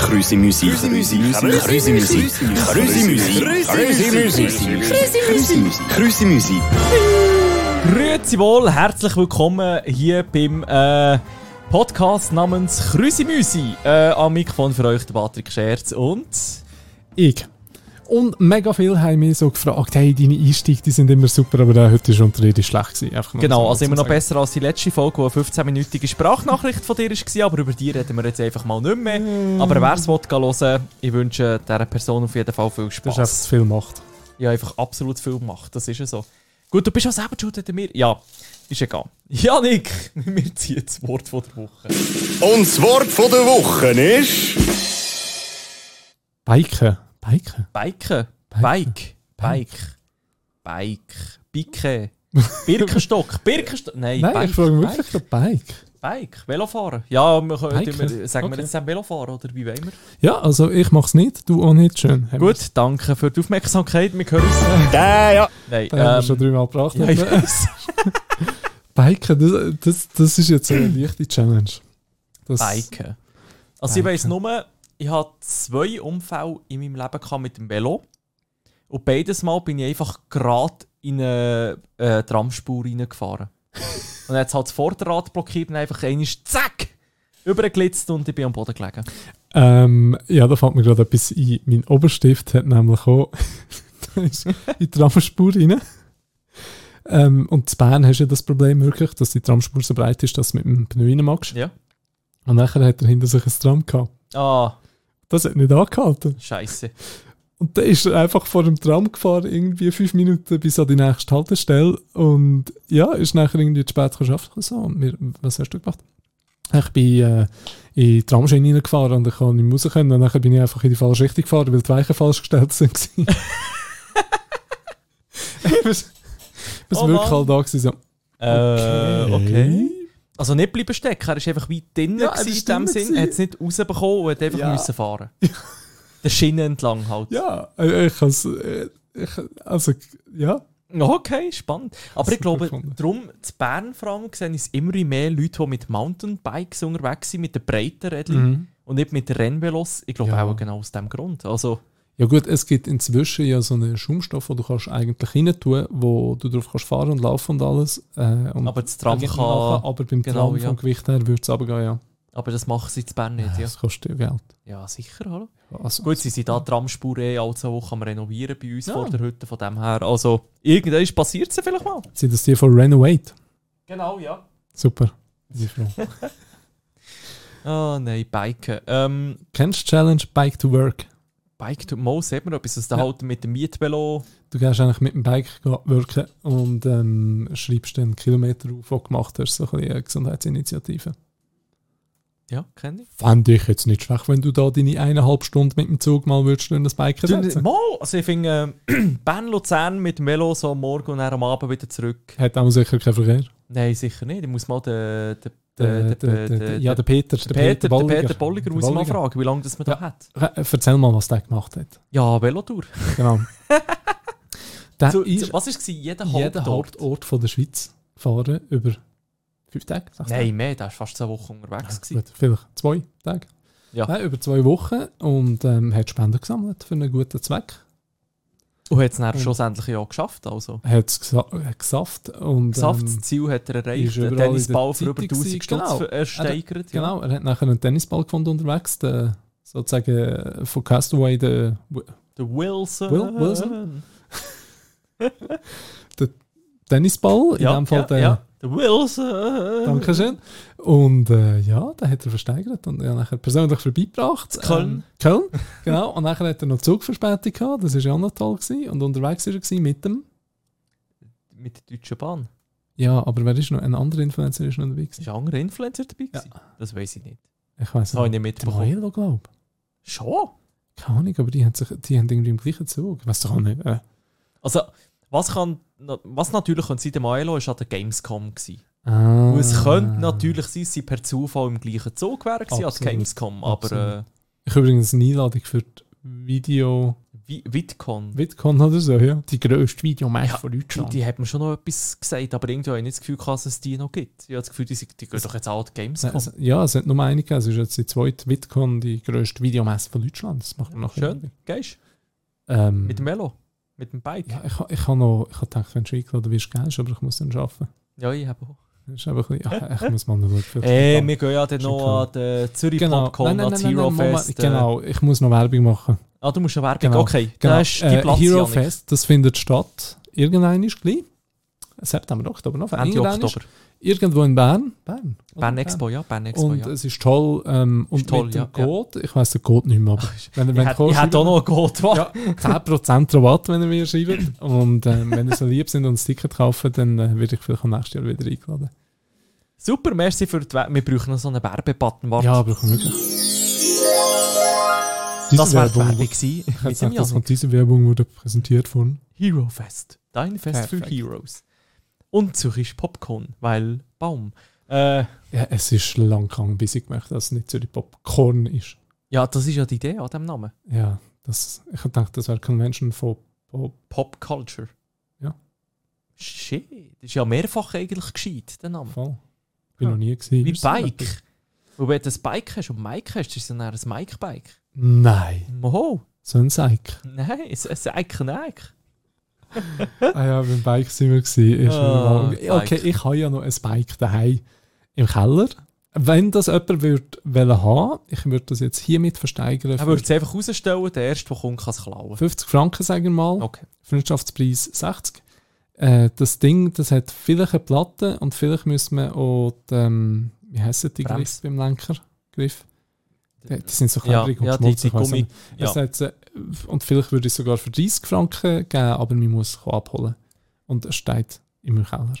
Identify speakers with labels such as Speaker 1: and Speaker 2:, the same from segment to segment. Speaker 1: Krüsi Musik. Krüsi Musik. Krüsi Musik. Krüsi Musik. Krüsi Musik. Krüsi Musik. Krüsi Musik.
Speaker 2: Grüezi wohl, herzlich willkommen hier beim äh, Podcast namens Krüsi Müsi. Äh, am Mikrofon für euch der Patrick Scherz und
Speaker 3: Ich. Und mega viele haben mich so gefragt, hey, deine Einstiege die sind immer super, aber der heute ist unterirdisch schlecht gewesen. Einfach nur
Speaker 2: genau,
Speaker 3: so
Speaker 2: also
Speaker 3: zu
Speaker 2: immer noch
Speaker 3: sagen.
Speaker 2: besser als die letzte Folge, wo eine 15-minütige Sprachnachricht von dir war, aber über die reden wir jetzt einfach mal nicht mehr. Aber wer es hören will, ich wünsche dieser Person auf jeden Fall viel
Speaker 3: Das ist einfach
Speaker 2: Spaß.
Speaker 3: zu viel Macht.
Speaker 2: Ja, einfach absolut viel gemacht, das ist ja so. Gut, du bist auch selber schuld an mir. Ja, ist egal. Janik, wir ziehen das Wort von der Woche.
Speaker 1: Und das Wort von der Woche ist...
Speaker 3: Biken. Biken.
Speaker 2: Biken. Bike.
Speaker 3: Bike.
Speaker 2: Bike. Bike. Bike. Birkenstock. Birkenstock. Nein,
Speaker 3: Nein,
Speaker 2: Bike.
Speaker 3: ich frage mich wirklich gerade Bike.
Speaker 2: Bike. Bike. Velofahren. Ja, wir können,
Speaker 3: Biken.
Speaker 2: wir, sagen wir
Speaker 3: Okay.
Speaker 2: jetzt dann Velofahren oder wie wollen wir?
Speaker 3: Ja, also ich mach's nicht, du auch nicht. Schön. Haben wir's-
Speaker 2: Gut, danke für die Aufmerksamkeit. Wir hören uns.
Speaker 1: Der, ja.
Speaker 2: Nein,
Speaker 3: Den haben wir schon
Speaker 2: ähm,
Speaker 3: dreimal gebracht.
Speaker 2: ja, ich weiss.
Speaker 3: Biken, das, das, das ist jetzt eine leichte Challenge. Das,
Speaker 2: Biken. Also ich
Speaker 3: Biken.
Speaker 2: weiss nur, ich hatte zwei Unfälle in meinem Leben gehabt mit dem Velo. Und beides Mal bin ich einfach gerade in eine äh, Tramspur reingefahren. und dann hat halt das Vorderrad blockiert und einfach einmal zack! Übergeglitzt und ich bin am Boden gelegen.
Speaker 3: Ähm, ja, da fällt mir gerade etwas ein. Mein Oberstift hat nämlich auch da ist in die Tramspur rein. Ähm, und zu Bern hast du ja das Problem wirklich, dass die Tramspur so breit ist, dass du mit dem Pneu rein magst.
Speaker 2: Ja.
Speaker 3: Und nachher hat er hinter sich ein Tram gehabt.
Speaker 2: Ah,
Speaker 3: Das hat nicht angehalten.
Speaker 2: scheiße.
Speaker 3: Und dann ist er einfach vor dem Tram gefahren, irgendwie fünf Minuten bis an die nächste Haltestelle. Und ja, ist nachher irgendwie zu spät geschafft. So, und wir, was hast du gemacht? Ich bin äh, in die Tramschiene reingefahren und ich konnte nicht mehr raus. Können. Und nachher bin ich einfach in die falsche Richtung gefahren, weil die Weichen falsch gestellt sind. gewesen. ich bin
Speaker 2: Oh
Speaker 3: oh wirklich
Speaker 2: Mann.
Speaker 3: halt da gewesen, so.
Speaker 2: Äh, okay. Also nicht bleiben stecken, er war einfach weit drinnen
Speaker 3: Ja, er
Speaker 2: gewesen in
Speaker 3: war
Speaker 2: dem
Speaker 3: drinnen
Speaker 2: Sinn, er hat es nicht rausbekommen und hat einfach
Speaker 3: Ja.
Speaker 2: müssen fahren. Der Schiene entlang halt.
Speaker 3: Ja, äh, ich kann's, äh, ich, also, ja.
Speaker 2: Okay, spannend. Aber ich
Speaker 3: Super
Speaker 2: glaube,
Speaker 3: gefunden.
Speaker 2: darum, zu Bern vor allem, sehe ich immer mehr Leute, die mit Mountainbikes unterwegs sind, mit den breiten Rädern und nicht mit den Rennvelos. Ich glaube
Speaker 3: Mhm. Ja.
Speaker 2: auch genau aus dem Grund. Also,
Speaker 3: Ja gut, es gibt inzwischen ja so einen Schaumstoff, wo du kannst eigentlich rein tun, wo du drauf kannst fahren und laufen und alles. Äh, und
Speaker 2: Aber das Tram
Speaker 3: da geht man
Speaker 2: kann-
Speaker 3: nachher, aber beim
Speaker 2: genau,
Speaker 3: Tram
Speaker 2: ja.
Speaker 3: vom Gewicht her würde es runtergehen, ja.
Speaker 2: aber das machen sie zu Bern nicht. Ja,
Speaker 3: Das kostet ja Geld.
Speaker 2: ja sicher, hallo.
Speaker 3: Also,
Speaker 2: Gut, sie sind da Tramspuren eh alle zwei Wochen am Renovieren bei uns
Speaker 3: Ja.
Speaker 2: vor der Hütte von dem her. Also, irgendwann passiert es vielleicht mal.
Speaker 3: Sind das die von Renovate?
Speaker 2: Genau, ja.
Speaker 3: Super. Die Frau.
Speaker 2: Ah, nein, Biken. Ähm,
Speaker 3: Kennst du Challenge Bike to Work?
Speaker 2: Bike to Mo, sieht man etwas, dass der
Speaker 3: Ja.
Speaker 2: halt mit dem Mietvelo.
Speaker 3: Du gehst eigentlich mit dem Bike gehen worken und ähm, schreibst dann Kilometer auf, die du gemacht hast. So ein bisschen eine Gesundheitsinitiative.
Speaker 2: Ja, kenne ich.
Speaker 3: Fände ich jetzt nicht schlecht, wenn du da deine eineinhalb Stunden mit dem Zug mal würdest in das Bike
Speaker 2: Du,
Speaker 3: setzen.
Speaker 2: Mal, also ich finde, ähm, Bern Luzern mit dem Velo so am Morgen und dann am Abend wieder zurück.
Speaker 3: Hat auch sicher keinen Verkehr.
Speaker 2: Nein, sicher nicht. Ich muss mal den, den,
Speaker 3: Der,
Speaker 2: den,
Speaker 3: der,
Speaker 2: den,
Speaker 3: der,
Speaker 2: den-
Speaker 3: Äh, ja, der Peter.
Speaker 2: den Peter, den Peter Bolliger muss ich mal fragen, wie lange das man da
Speaker 3: Ja.
Speaker 2: hat.
Speaker 3: fragen. Äh, Erzähl mal, was der gemacht hat.
Speaker 2: Ja, Velotour.
Speaker 3: Genau. der
Speaker 2: Zu,
Speaker 3: ist
Speaker 2: zu, was war es? Jeder
Speaker 3: jeden
Speaker 2: Hauptort?
Speaker 3: Hauptort von der Schweiz gefahren über fünf Tage. sechs
Speaker 2: Nein, mehr, der war fast zwei Wochen unterwegs.
Speaker 3: Tage.
Speaker 2: gewesen.
Speaker 3: Gut, vielleicht zwei Tage.
Speaker 2: Ja.
Speaker 3: Nein, über zwei Wochen und ähm, hat Spender gesammelt für einen guten Zweck.
Speaker 2: Und hat es dann
Speaker 3: Und-
Speaker 2: schlussendlich ja auch geschafft. Also.
Speaker 3: Hat es gesa gesafft und
Speaker 2: Saft,
Speaker 3: ähm,
Speaker 2: das Ziel hat er erreicht.
Speaker 3: ist
Speaker 2: Den
Speaker 3: überall in der
Speaker 2: Tennisball für über
Speaker 3: Zeitung
Speaker 2: 1000
Speaker 3: gewesen,
Speaker 2: Stutz
Speaker 3: genau.
Speaker 2: ver- ersteigert. ja.
Speaker 3: genau, er hat nachher einen Tennisball gefunden unterwegs, der, sozusagen äh, von Castaway, der
Speaker 2: Der Wilson.
Speaker 3: Will- Wilson? Tennisball, in
Speaker 2: Ja,
Speaker 3: dem Fall
Speaker 2: ja,
Speaker 3: der
Speaker 2: ja. Der Wilson.
Speaker 3: Dankeschön. Und äh, ja, da hat er versteigert und ja, nachher persönlich vorbeigebracht. Ähm,
Speaker 2: Köln.
Speaker 3: Köln, genau. Und nachher hat er noch Zugverspätung gehabt, das war ja auch noch toll. Gewesen. Und unterwegs war er gewesen mit dem.
Speaker 2: Mit der Deutschen Bahn.
Speaker 3: Ja, aber wer ist noch? Ein anderer Influencer ist noch dabei gewesen.
Speaker 2: Ist ein anderer Influencer dabei?
Speaker 3: Ja.
Speaker 2: gewesen? Das weiß ich nicht.
Speaker 3: Ich weiß
Speaker 2: Das habe ich
Speaker 3: nicht.
Speaker 2: nicht
Speaker 3: Der
Speaker 2: mitbekommen.
Speaker 3: Moelo, glaube
Speaker 2: Schon?
Speaker 3: ich. Keine Ahnung, aber die haben, sich, die haben irgendwie im gleichen Zug. Ich weiß doch auch nicht. Äh,
Speaker 2: Also, was, kann, was natürlich könnte sein, der Maelo war an der Gamescom. Gewesen.
Speaker 3: ah.
Speaker 2: Und es könnte natürlich sein, dass sie per Zufall im gleichen Zug wären gewesen als
Speaker 3: Absolut.
Speaker 2: Gamescom. Aber äh,
Speaker 3: Ich habe übrigens eine Einladung für die Video.
Speaker 2: Vi- Vidcon.
Speaker 3: Bitcoin oder so, ja. Die grösste Videomarke
Speaker 2: Ja,
Speaker 3: von Deutschland.
Speaker 2: Die hat mir schon noch etwas gesagt, aber irgendwie habe ich nicht das Gefühl, gehabt, dass es die noch gibt. Ich habe das Gefühl, die, sind- die gehen doch jetzt alle an die
Speaker 3: Nein,
Speaker 2: Gamescom.
Speaker 3: es, ja, es hat nur eine gegeben. Es ist jetzt die zweite Bitcoin, die grösste Videomesse von Deutschland. Das macht man nachher.
Speaker 2: Schön, gehst
Speaker 3: Ähm,
Speaker 2: Mit dem Velo, mit dem Bike. Ja,
Speaker 3: ja, ich, ha- ich habe noch ich hab gedacht, wenn du eingeladen wirst, gehst du, aber ich muss dann arbeiten.
Speaker 2: ich habe auch.
Speaker 3: Das ist einfach ein bisschen, ja, ich muss mal noch wirklich.
Speaker 2: Äh, wir gehen ja dann noch
Speaker 3: Schon
Speaker 2: an den Zürich
Speaker 3: genau.
Speaker 2: Popcorn,
Speaker 3: Nein, nein,
Speaker 2: an das
Speaker 3: nein, nein,
Speaker 2: Hero
Speaker 3: Moment.
Speaker 2: Fest. äh,
Speaker 3: Genau, ich muss noch Werbung machen.
Speaker 2: Ah, du musst eine Werbung.
Speaker 3: Genau,
Speaker 2: Okay,
Speaker 3: Genau.
Speaker 2: das ist die
Speaker 3: äh,
Speaker 2: Platz.
Speaker 3: Hero
Speaker 2: Janik.
Speaker 3: Fest, das findet statt. Irgendein ist gleich. September, Oktober, November.
Speaker 2: Ende
Speaker 3: irgendwann ist-
Speaker 2: Oktober.
Speaker 3: Irgendwo in Bern. Bern. oder?
Speaker 2: Bern Expo, ja, Bern Expo,
Speaker 3: Und
Speaker 2: ja.
Speaker 3: es ist toll. Ähm, und
Speaker 2: toll,
Speaker 3: mit
Speaker 2: ja,
Speaker 3: dem Code, ich weiß den Code nicht mehr, aber wenn, wenn
Speaker 2: Ich hätte ich hätte auch noch einen Code, wa?
Speaker 3: ja, 10% Rabatt, wenn ihr mir schreibt. Und ähm, wenn ihr so lieb sind und das Ticket kaufen, dann äh, werde ich vielleicht am nächsten Jahr wieder eingeladen.
Speaker 2: Super, merci für die Werbung. Wir brauchen noch so einen Werbebutton. Warte,
Speaker 3: Ja, aber ich wirklich.
Speaker 2: das wäre die Werbung
Speaker 3: Ich
Speaker 2: gewesen
Speaker 3: hätte
Speaker 2: mit dem
Speaker 3: gesagt, dass
Speaker 2: Janik.
Speaker 3: von dieser Werbung wurde präsentiert von.
Speaker 2: Hero Fest. Dein Fest für
Speaker 3: Perfekt.
Speaker 2: Heroes. Und Zürich Popcorn, weil Baum. Äh,
Speaker 3: Ja, es ist lang gegangen, bis ich gemerkt habe, dass es nicht Zürich Popcorn ist.
Speaker 2: ja, das ist ja die Idee an dem Namen.
Speaker 3: Ja, das, ich dachte, das wäre Convention von Pop.
Speaker 2: Pop Culture.
Speaker 3: Ja.
Speaker 2: Shit, das ist ja mehrfach eigentlich gescheit, der Name.
Speaker 3: Voll. Bin
Speaker 2: Ja.
Speaker 3: noch nie gesehen.
Speaker 2: Wie Bike. Und wenn du ein Bike hast und Mike hast, ist es dann eher ein Mike-Bike.
Speaker 3: Nein,
Speaker 2: Oh,
Speaker 3: so ein Seik.
Speaker 2: nein, es ist ein Ike-Nike.
Speaker 3: Ah ja, beim Bike sind wir gewesen. Ist
Speaker 2: Ah,
Speaker 3: mir mal- okay,
Speaker 2: Bike.
Speaker 3: ich habe ja noch ein Bike daheim im Keller. Wenn das jemand würd wollen haben, ich würde das jetzt hiermit versteigern.
Speaker 2: Er
Speaker 3: für
Speaker 2: würde es einfach rausstellen, der Erste, der kommt, kann es klauen.
Speaker 3: 50 Franken, sagen wir mal.
Speaker 2: Okay.
Speaker 3: Freundschaftspreis 60. Äh, das Ding, das hat vielleicht eine Platte und vielleicht müssen wir auch die, ähm, wie heissen die
Speaker 2: Brems.
Speaker 3: Griffe beim Lenker? Griff? Die, die sind so
Speaker 2: Ja,
Speaker 3: klebrig und
Speaker 2: ja die, die
Speaker 3: schmutzig. weiss
Speaker 2: Gummi.
Speaker 3: nicht.
Speaker 2: Ja.
Speaker 3: Es hat, äh, und vielleicht würde ich es sogar für 30 Franken geben, aber man muss es abholen. Und es steht im Keller.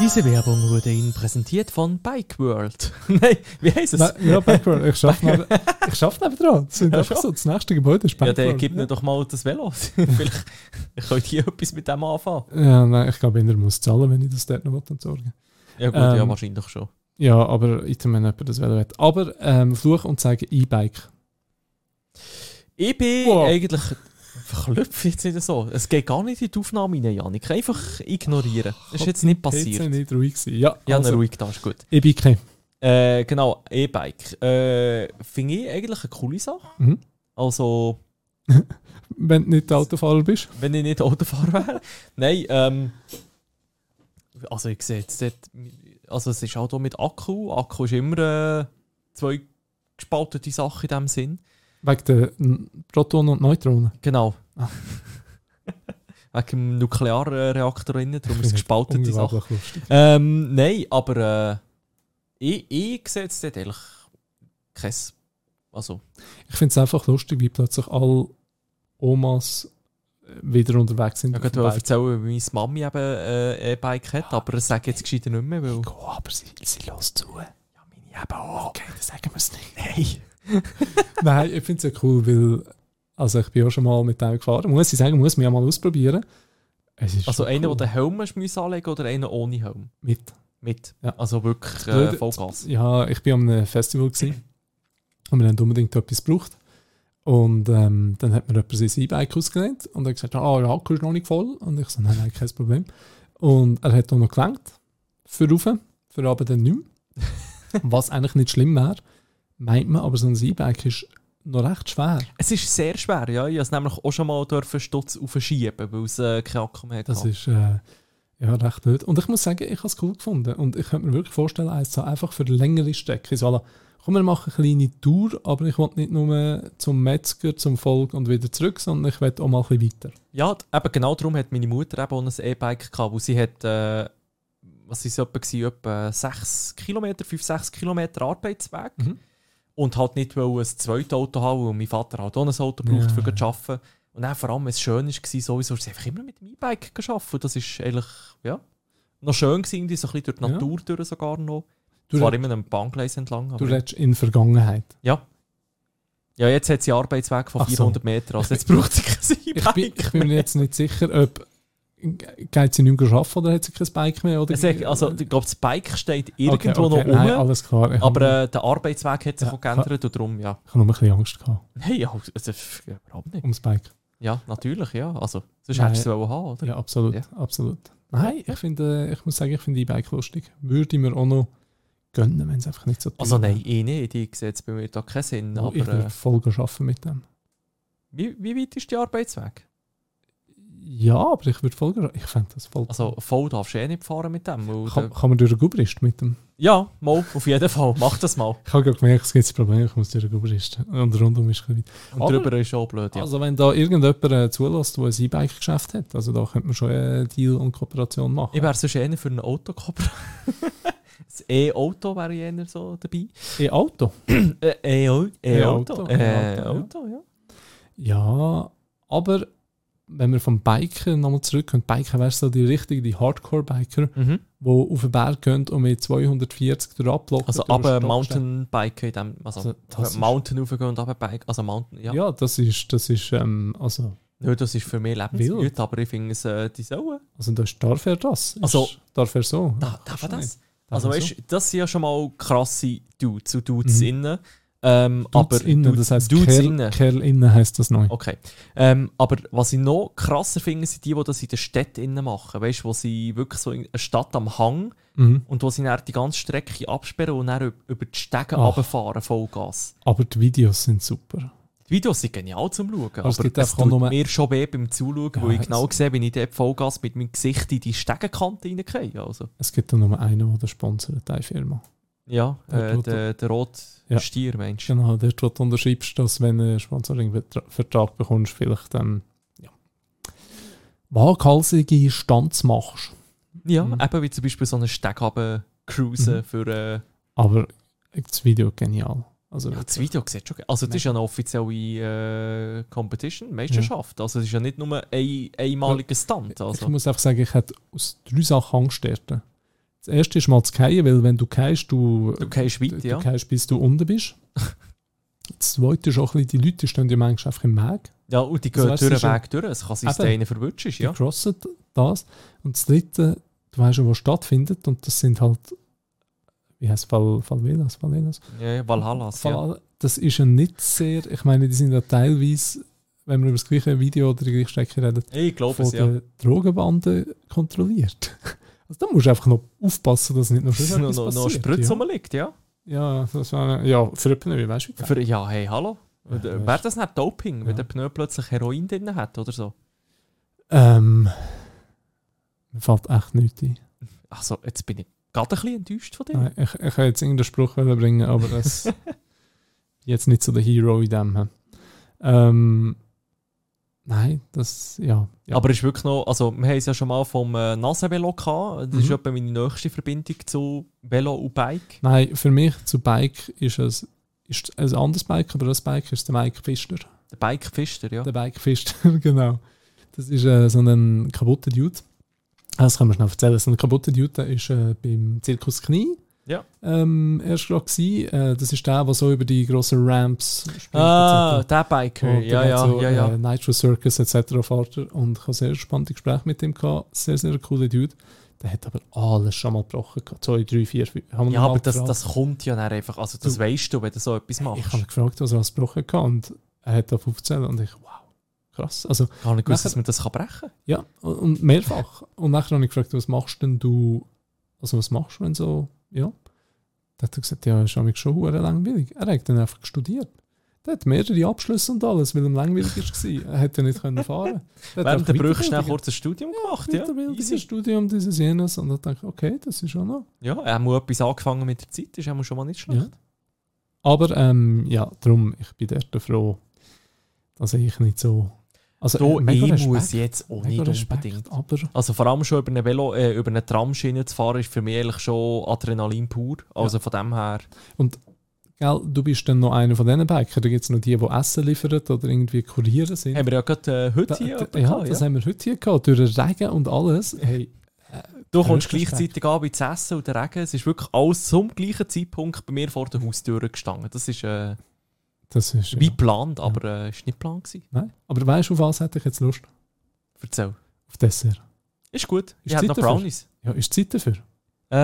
Speaker 2: Diese Werbung wurde Ihnen präsentiert von Bike World. Nein, wie heisst es?
Speaker 3: Nein, ja, Backroll. Ich schaffe neben, ich schaff neben dran. Das sind
Speaker 2: Ja,
Speaker 3: einfach
Speaker 2: schon.
Speaker 3: so, das nächste Gebäude ist
Speaker 2: ja,
Speaker 3: Backroll.
Speaker 2: der gibt mir doch mal das Velo. Vielleicht könnt ihr etwas mit dem anfangen.
Speaker 3: Ja, nein, ich glaube, er muss zahlen, wenn ich das dort noch entsorgen will.
Speaker 2: Ja gut, ja
Speaker 3: Ähm.
Speaker 2: wahrscheinlich schon.
Speaker 3: Ja, aber ich meine, jemand das will. Aber ähm, Fluch und sagen E-Bike.
Speaker 2: Ich bin
Speaker 3: Wow.
Speaker 2: eigentlich... Verklüpfe jetzt nicht so. Es geht gar nicht in die Aufnahme rein, Janik. Einfach ignorieren. Das ist jetzt nicht
Speaker 3: Jetzt
Speaker 2: passiert.
Speaker 3: sind nicht ruhig gewesen. Ja,
Speaker 2: Ja,
Speaker 3: also,
Speaker 2: also, ruhig, das ist gut.
Speaker 3: E-Bike.
Speaker 2: Äh, genau, E-Bike. Äh, Finde ich eigentlich eine coole Sache.
Speaker 3: Mhm.
Speaker 2: Also...
Speaker 3: Wenn du nicht Autofahrer bist.
Speaker 2: wenn ich nicht Autofahrer wäre. Nein, ähm, also ich sehe jetzt dort, also es ist auch hier mit Akku. Akku ist immer äh, zwei gespaltete Sachen in dem Sinn.
Speaker 3: Wegen der n- Protonen und Neutronen.
Speaker 2: Genau.
Speaker 3: Ah.
Speaker 2: Wegen dem Nuklearreaktor innen, darum ist es
Speaker 3: Finde ich
Speaker 2: gespaltete Sache.
Speaker 3: Unglaublich lustig.
Speaker 2: Ähm, nein, aber äh, ich, ich sehe jetzt dort ehrlich kein, also
Speaker 3: Ich finde es einfach lustig, wie plötzlich alle Omas äh, wieder unterwegs sind.
Speaker 2: ich
Speaker 3: auf
Speaker 2: wollte
Speaker 3: dem
Speaker 2: gerade
Speaker 3: Bike. Ah,
Speaker 2: erzählen, wie meine Mami eben äh, E-Bike hat, aber ich sage jetzt gescheiter nicht mehr, weil...
Speaker 3: Go, oh, aber sie, sie lässt zu.
Speaker 2: Ja, meine eben auch.
Speaker 3: oh, Okay, dann sagen wir es nicht.
Speaker 2: Nein.
Speaker 3: Nein, ich finde es ja cool, weil also ich bin auch schon mal mit dem gefahren. Muss ich sagen, muss mich ja mal ausprobieren. Es ist
Speaker 2: Also
Speaker 3: schon
Speaker 2: einer,
Speaker 3: cool.
Speaker 2: der den Helm musst müssen anlegen oder einer ohne Helm?
Speaker 3: mit.
Speaker 2: Mit.
Speaker 3: Ja.
Speaker 2: Also wirklich äh,
Speaker 3: Blöde-
Speaker 2: Vollgas.
Speaker 3: Ja, ich bin an einem Festival gewesen, und wir haben unbedingt etwas gebraucht. Und ähm, dann hat mir jemand sein E-Bike ausgelehnt und er hat gesagt, ah, der Akku ist noch nicht voll. Und ich so, nein, nein, kein Problem. Und er hat auch noch gelenkt, für rauf, für aber dann nicht mehr. Was eigentlich nicht schlimm wäre, meint man, aber so ein E-Bike ist noch recht schwer.
Speaker 2: Es ist sehr schwer, ja. Ich durfte es nämlich auch schon mal dürfen Stutz aufschieben, weil es äh, keinen Akku mehr
Speaker 3: Das
Speaker 2: hatte.
Speaker 3: ist äh, ja recht blöd. Und ich muss sagen, ich habe es cool gefunden. Und ich könnte mir wirklich vorstellen, eins so einfach für längere Strecke. So, à la, komm, wir machen eine kleine Tour, aber ich will nicht nur zum Metzger, zum Volk und wieder zurück, sondern ich will auch mal ein bisschen weiter.
Speaker 2: Ja, d- eben genau darum hat meine Mutter eben auch ein E-Bike gehabt, wo sie hat, äh, was ist es etwa, gewesen, etwa 6 Kilometer, 5, 6 Kilometer Arbeitsweg.
Speaker 3: Mhm.
Speaker 2: Und halt nicht wollte ein zweites Auto haben, weil mein Vater halt auch ein Auto braucht,
Speaker 3: Ja.
Speaker 2: für zu arbeiten. Und dann vor allem, was schön war, sowieso, ist sie einfach immer mit dem E-Bike gearbeitet. Und das ist eigentlich, ja, noch schön gewesen, irgendwie so ein bisschen durch die
Speaker 3: Ja.
Speaker 2: Natur durch sogar noch.
Speaker 3: Du,
Speaker 2: Du war
Speaker 3: red,
Speaker 2: immer einem Bahngleis entlang.
Speaker 3: du
Speaker 2: Aber
Speaker 3: redest in Vergangenheit.
Speaker 2: ja. Ja, jetzt hat sie einen Arbeitsweg von
Speaker 3: Ach so.
Speaker 2: 400 Metern, also jetzt braucht sie kein
Speaker 3: Ich bin,
Speaker 2: E-Bike.
Speaker 3: ich bin mir jetzt nicht sicher, ob geht sie nicht mehr arbeiten oder hat sie kein Bike mehr? Oder?
Speaker 2: Es hat- Also, ich glaube, das Bike steht irgendwo
Speaker 3: okay, okay.
Speaker 2: noch
Speaker 3: Nein,
Speaker 2: rum.
Speaker 3: alles klar. Ich
Speaker 2: aber
Speaker 3: habe
Speaker 2: äh, der Arbeitsweg hat sich
Speaker 3: Ja,
Speaker 2: auch geändert und darum, ja.
Speaker 3: ich hab nur ein bisschen Angst gehabt
Speaker 2: Nein, ja, also, pff, ja, überhaupt nicht.
Speaker 3: ums Bike.
Speaker 2: Ja, natürlich, ja. Also, sonst
Speaker 3: Nein.
Speaker 2: hättest du es wollen haben, oder?
Speaker 3: Ja, absolut.
Speaker 2: Ja.
Speaker 3: absolut. Nein, ich, finde, äh, ich muss sagen, ich finde E-Bike lustig. Würde ich mir auch noch gönnen, wenn es einfach nicht so teuer
Speaker 2: Also nein,
Speaker 3: wäre.
Speaker 2: ich nicht. Ich sehe jetzt bei mir da keinen Sinn.
Speaker 3: Oh,
Speaker 2: Aber
Speaker 3: ich würde
Speaker 2: äh,
Speaker 3: voll arbeiten mit dem.
Speaker 2: wie, wie weit ist der Arbeitsweg?
Speaker 3: Ja, aber ich würde voll arbeiten. Ich fände das voll.
Speaker 2: Also äh, voll darfst du eh nicht fahren mit dem. weil
Speaker 3: kann,
Speaker 2: der-
Speaker 3: kann man durch den Gubrist mit dem?
Speaker 2: ja, mal, auf jeden Fall. Mach das mal.
Speaker 3: Ich habe gerade gemerkt, es gibt ein Problem, ich muss durch den Gubrist. Und rundum ist es ein bisschen weit.
Speaker 2: Und
Speaker 3: Aber-
Speaker 2: drüber ist auch blöd, ja.
Speaker 3: Also wenn da irgendjemand äh, zulässt, der ein E-Bike-Geschäft hat, also da könnte man schon äh, Deal und Kooperation machen.
Speaker 2: ich wäre sonst eher für ein Auto gekommen. Das E-Auto wäre ich eher so dabei.
Speaker 3: E-Auto?
Speaker 2: Äh, E-Au- E-Auto.
Speaker 3: E-Auto,
Speaker 2: Äh,
Speaker 3: ja.
Speaker 2: Auto, ja.
Speaker 3: Ja, aber wenn wir vom Biken nochmal zurückkommen, Biken wäre so die richtige, die Hardcore-Biker,
Speaker 2: Mhm.
Speaker 3: die auf den Berg gehen und mit 240 durch ablocken.
Speaker 2: Also
Speaker 3: durch den
Speaker 2: aber
Speaker 3: Stock stehen.
Speaker 2: Mountainbike in dem, also,
Speaker 3: Also, das ist-
Speaker 2: Mountain raufgehen und Abendbike, also Mountain, ja.
Speaker 3: Ja. das ist, das ist, ähm, also,
Speaker 2: Nö, das ist für mich lebenswert,
Speaker 3: Wild.
Speaker 2: aber ich finde es, äh, die sollen.
Speaker 3: also da ist- darf er das. Ist-
Speaker 2: Also-
Speaker 3: darf er so.
Speaker 2: Da, darf er das?
Speaker 3: Darf
Speaker 2: Also
Speaker 3: er
Speaker 2: weißt du, das sind ja schon mal krasse Dudes und Dudes
Speaker 3: Mhm.
Speaker 2: innen. Ähm,
Speaker 3: so? Dudes
Speaker 2: aber
Speaker 3: innen, das heisst
Speaker 2: Dudes
Speaker 3: Kerl,
Speaker 2: innen.
Speaker 3: Kerl innen heisst das neu.
Speaker 2: Okay. Ähm, aber was ich noch krasser finde, sind die, die das in der Stadt innen machen. Weißt du, wo sie wirklich so in- eine Stadt am Hang
Speaker 3: Mhm.
Speaker 2: und wo sie dann die ganze Strecke absperren und dann üb- über die Stege
Speaker 3: Ach.
Speaker 2: runterfahren, Vollgas.
Speaker 3: Aber die Videos sind super.
Speaker 2: Die Videos sind genial zum Schauen, aber,
Speaker 3: es gibt
Speaker 2: es
Speaker 3: einfach Also auch
Speaker 2: tut
Speaker 3: nur-
Speaker 2: mir schon weh beim Zuschauen,
Speaker 3: Ja,
Speaker 2: weil ich
Speaker 3: es-
Speaker 2: genau sehe, wenn ich dort Vollgas mit meinem Gesicht in die Stegenkante reinkomme. Also,
Speaker 3: Es gibt da nur einen, der das sponsert, eine Firma.
Speaker 2: ja,
Speaker 3: Der
Speaker 2: äh,
Speaker 3: tut-
Speaker 2: der, der rote
Speaker 3: Ja.
Speaker 2: Stier, meinst du?
Speaker 3: Genau, dort, wo du unterschreibst, dass wenn du einen Sponsoring-Vertrag bekommst, vielleicht ähm, ja. waghalsige Stunts machst.
Speaker 2: Ja,
Speaker 3: Mhm.
Speaker 2: eben wie zum Beispiel so einen Steg runter cruisen
Speaker 3: Mhm.
Speaker 2: für... Äh,
Speaker 3: Aber das Video ist genial. Also,
Speaker 2: Ja, das Video sieht schon geil Also, das ist ja eine offizielle äh, Competition, Meisterschaft. Also, es ist ja nicht nur ein einmaliger Stunt.
Speaker 3: Ich
Speaker 2: Also.
Speaker 3: muss einfach sagen, ich hätte aus drei Sachen Angst dort. Das erste ist mal zu fallen, weil wenn du fällst, du, äh,
Speaker 2: Du gehst
Speaker 3: du,
Speaker 2: weit,
Speaker 3: du
Speaker 2: ja.
Speaker 3: fällst, bis du unten bist. Das zweite ist auch ein bisschen, die Leute stehen ja manchmal einfach im Weg.
Speaker 2: Ja, und die
Speaker 3: Das
Speaker 2: gehen
Speaker 3: Also weißt
Speaker 2: durch
Speaker 3: du
Speaker 2: den
Speaker 3: schon.
Speaker 2: Weg durch. Es kann sein, dass
Speaker 3: Eben.
Speaker 2: der eine verwutscht ist,
Speaker 3: die
Speaker 2: ja.
Speaker 3: crossen das. Und das dritte, du weißt schon, wo es stattfindet und das sind halt, wie heißt es, Val, Valvelas, Valvelas.
Speaker 2: ja, ja Valhallas, ja.
Speaker 3: Val, das ist ja nicht sehr, ich meine, die sind ja teilweise, wenn wir über das gleiche Video oder die gleiche Strecke reden,
Speaker 2: Ich glaube
Speaker 3: von
Speaker 2: es, ja.
Speaker 3: der Drogenbande kontrolliert. Also da musst du einfach noch aufpassen, dass nicht noch
Speaker 2: Dass noch,
Speaker 3: etwas
Speaker 2: noch, noch
Speaker 3: passiert,
Speaker 2: Spritz
Speaker 3: ja.
Speaker 2: rumliegt, ja.
Speaker 3: Ja, das war, ja, für jemanden, wie weißt du, wie gefällt.
Speaker 2: Für, ja, hey, hallo.
Speaker 3: Ja,
Speaker 2: Und, äh,
Speaker 3: weißt
Speaker 2: Wäre das nicht Doping,
Speaker 3: Ja.
Speaker 2: wenn der Pneu plötzlich Heroin drin hat oder so?
Speaker 3: Ähm, mir fällt echt nichts ein.
Speaker 2: Also, jetzt bin ich gerade ein bisschen enttäuscht von dir.
Speaker 3: Nein, ich, ich kann jetzt irgendeinen Spruch wollen bringen, aber das jetzt nicht so der Hero in dem. hä? Ähm, nein, das ja. ja.
Speaker 2: Aber es ist wirklich noch, also wir haben es ja schon mal vom äh, Nasenvelo gehabt. Das ist
Speaker 3: Mhm.
Speaker 2: etwa meine nächste Verbindung zu Velo und Bike.
Speaker 3: nein, für mich zu Bike ist es ist ein anderes Bike, aber das Bike ist der Mike Pfister.
Speaker 2: Der Bike Pfister, ja.
Speaker 3: Der Bike Pfister, genau. Das ist äh, so ein kaputter Dude. Ah, Das kann man schnell erzählen. So ein kaputter Dude der ist äh, beim Zirkus Knie.
Speaker 2: Ja.
Speaker 3: Ähm, erst gerade gewesen. Äh, das ist der, der so über die grossen Ramps spielt. etc.
Speaker 2: Ah, der Biker,
Speaker 3: Und
Speaker 2: ja,
Speaker 3: dann
Speaker 2: ja,
Speaker 3: so,
Speaker 2: ja, ja.
Speaker 3: Äh, Nitro Circus etc. fährt er und ich habe sehr spannende Gespräche mit ihm gehabt. Sehr, sehr cooler Dude. Der hat aber alles schon mal gebrochen. gehabt. Zwei, drei, vier, fünf. Haben wir
Speaker 2: ja,
Speaker 3: mal
Speaker 2: aber das,
Speaker 3: gefragt.
Speaker 2: das kommt ja dann einfach, also das
Speaker 3: Du-
Speaker 2: weißt du, wenn du so etwas
Speaker 3: Ich
Speaker 2: machst.
Speaker 3: habe ihn gefragt, was er alles gebrochen hat und er hat auf aufzählen und ich, wow, krass. Also,
Speaker 2: Ich habe nicht gewusst,
Speaker 3: nachher-
Speaker 2: dass man das kann brechen kann.
Speaker 3: ja, und- und mehrfach. Und nachher habe ich gefragt, was machst denn du, also was machst du, wenn so, ja. Da hat er gesagt, ja, ist mich schon hure langweilig. Er hat dann einfach studiert. Der hat mehrere Abschlüsse und alles, weil ihm langweilig war. Er hätte ja nicht können fahren können.
Speaker 2: Während der Brüche schnell kurz ein Studium gemacht, ja.
Speaker 3: Weiterbildung, dieses
Speaker 2: Easy.
Speaker 3: Studium, dieses jenes. Und dann dachte ich, okay, das ist schon noch.
Speaker 2: Ja, er muss etwas angefangen mit der Zeit, ist er schon mal nicht schlecht.
Speaker 3: Aber ähm, ja, darum, ich bin dort froh, dass ich nicht so. Also,
Speaker 2: So,
Speaker 3: äh, mega
Speaker 2: ich muss
Speaker 3: Respekt,
Speaker 2: jetzt auch
Speaker 3: mega
Speaker 2: nicht
Speaker 3: Respekt,
Speaker 2: unbedingt.
Speaker 3: Aber
Speaker 2: Also vor allem schon über eine, Velo, äh, über eine Tramschiene zu fahren, ist für mich eigentlich schon Adrenalin pur. Also von dem her.
Speaker 3: gell, du bist dann noch einer von diesen Bikern. Da gibt es noch die, die Essen liefern oder irgendwie Kurieren sind.
Speaker 2: Haben wir ja gerade äh, heute
Speaker 3: Da-
Speaker 2: hier.
Speaker 3: da,
Speaker 2: jemanden
Speaker 3: ja,
Speaker 2: gehabt,
Speaker 3: das haben wir heute hier gehabt. Durch den Regen und alles. Hey,
Speaker 2: Du kommst
Speaker 3: Respekt.
Speaker 2: gleichzeitig an bei zu essen und der Regen. Es ist wirklich alles zum gleichen Zeitpunkt bei mir vor der Haustür gestanden. Das ist äh,
Speaker 3: das ist.
Speaker 2: wie
Speaker 3: Genau. Ja.
Speaker 2: geplant, aber äh, ist nicht geplant gewesen.
Speaker 3: Nein. Aber weißt du, auf was hätte ich jetzt Lust?
Speaker 2: Erzähl.
Speaker 3: Auf Dessert.
Speaker 2: Ist gut.
Speaker 3: Ist
Speaker 2: ich habe
Speaker 3: Zeit
Speaker 2: noch
Speaker 3: dafür?
Speaker 2: Brownies.
Speaker 3: Ja, ist Zeit dafür?
Speaker 2: Äh,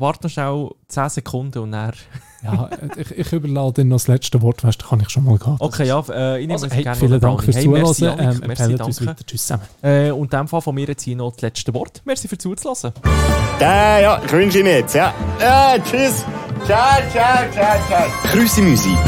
Speaker 2: warte noch schnell 10 Sekunden und dann...
Speaker 3: Ja, äh, ich, ich überlade dann noch das letzte Wort, weißt du, kann ich schon mal gehen.
Speaker 2: Okay, ja, äh, ich nehme
Speaker 3: Also,
Speaker 2: jetzt
Speaker 3: hey,
Speaker 2: gerne
Speaker 3: vielen
Speaker 2: noch
Speaker 3: Dank
Speaker 2: Brownie.
Speaker 3: fürs
Speaker 2: hey,
Speaker 3: Zuhören.
Speaker 2: Merci,
Speaker 3: ähm,
Speaker 2: Janik, merci,
Speaker 3: empfehlt uns
Speaker 2: danke.
Speaker 3: weiter. Tschüss zusammen.
Speaker 2: Äh, und in dem Fall von mir jetzt hier noch das letzte Wort. Merci fürs Zuzulassen.
Speaker 1: Ja, ja, ich wünsche Ihnen jetzt, ja. Ja, tschüss.
Speaker 4: Ciao, ciao, ciao, ciao.
Speaker 1: Grüße Musik.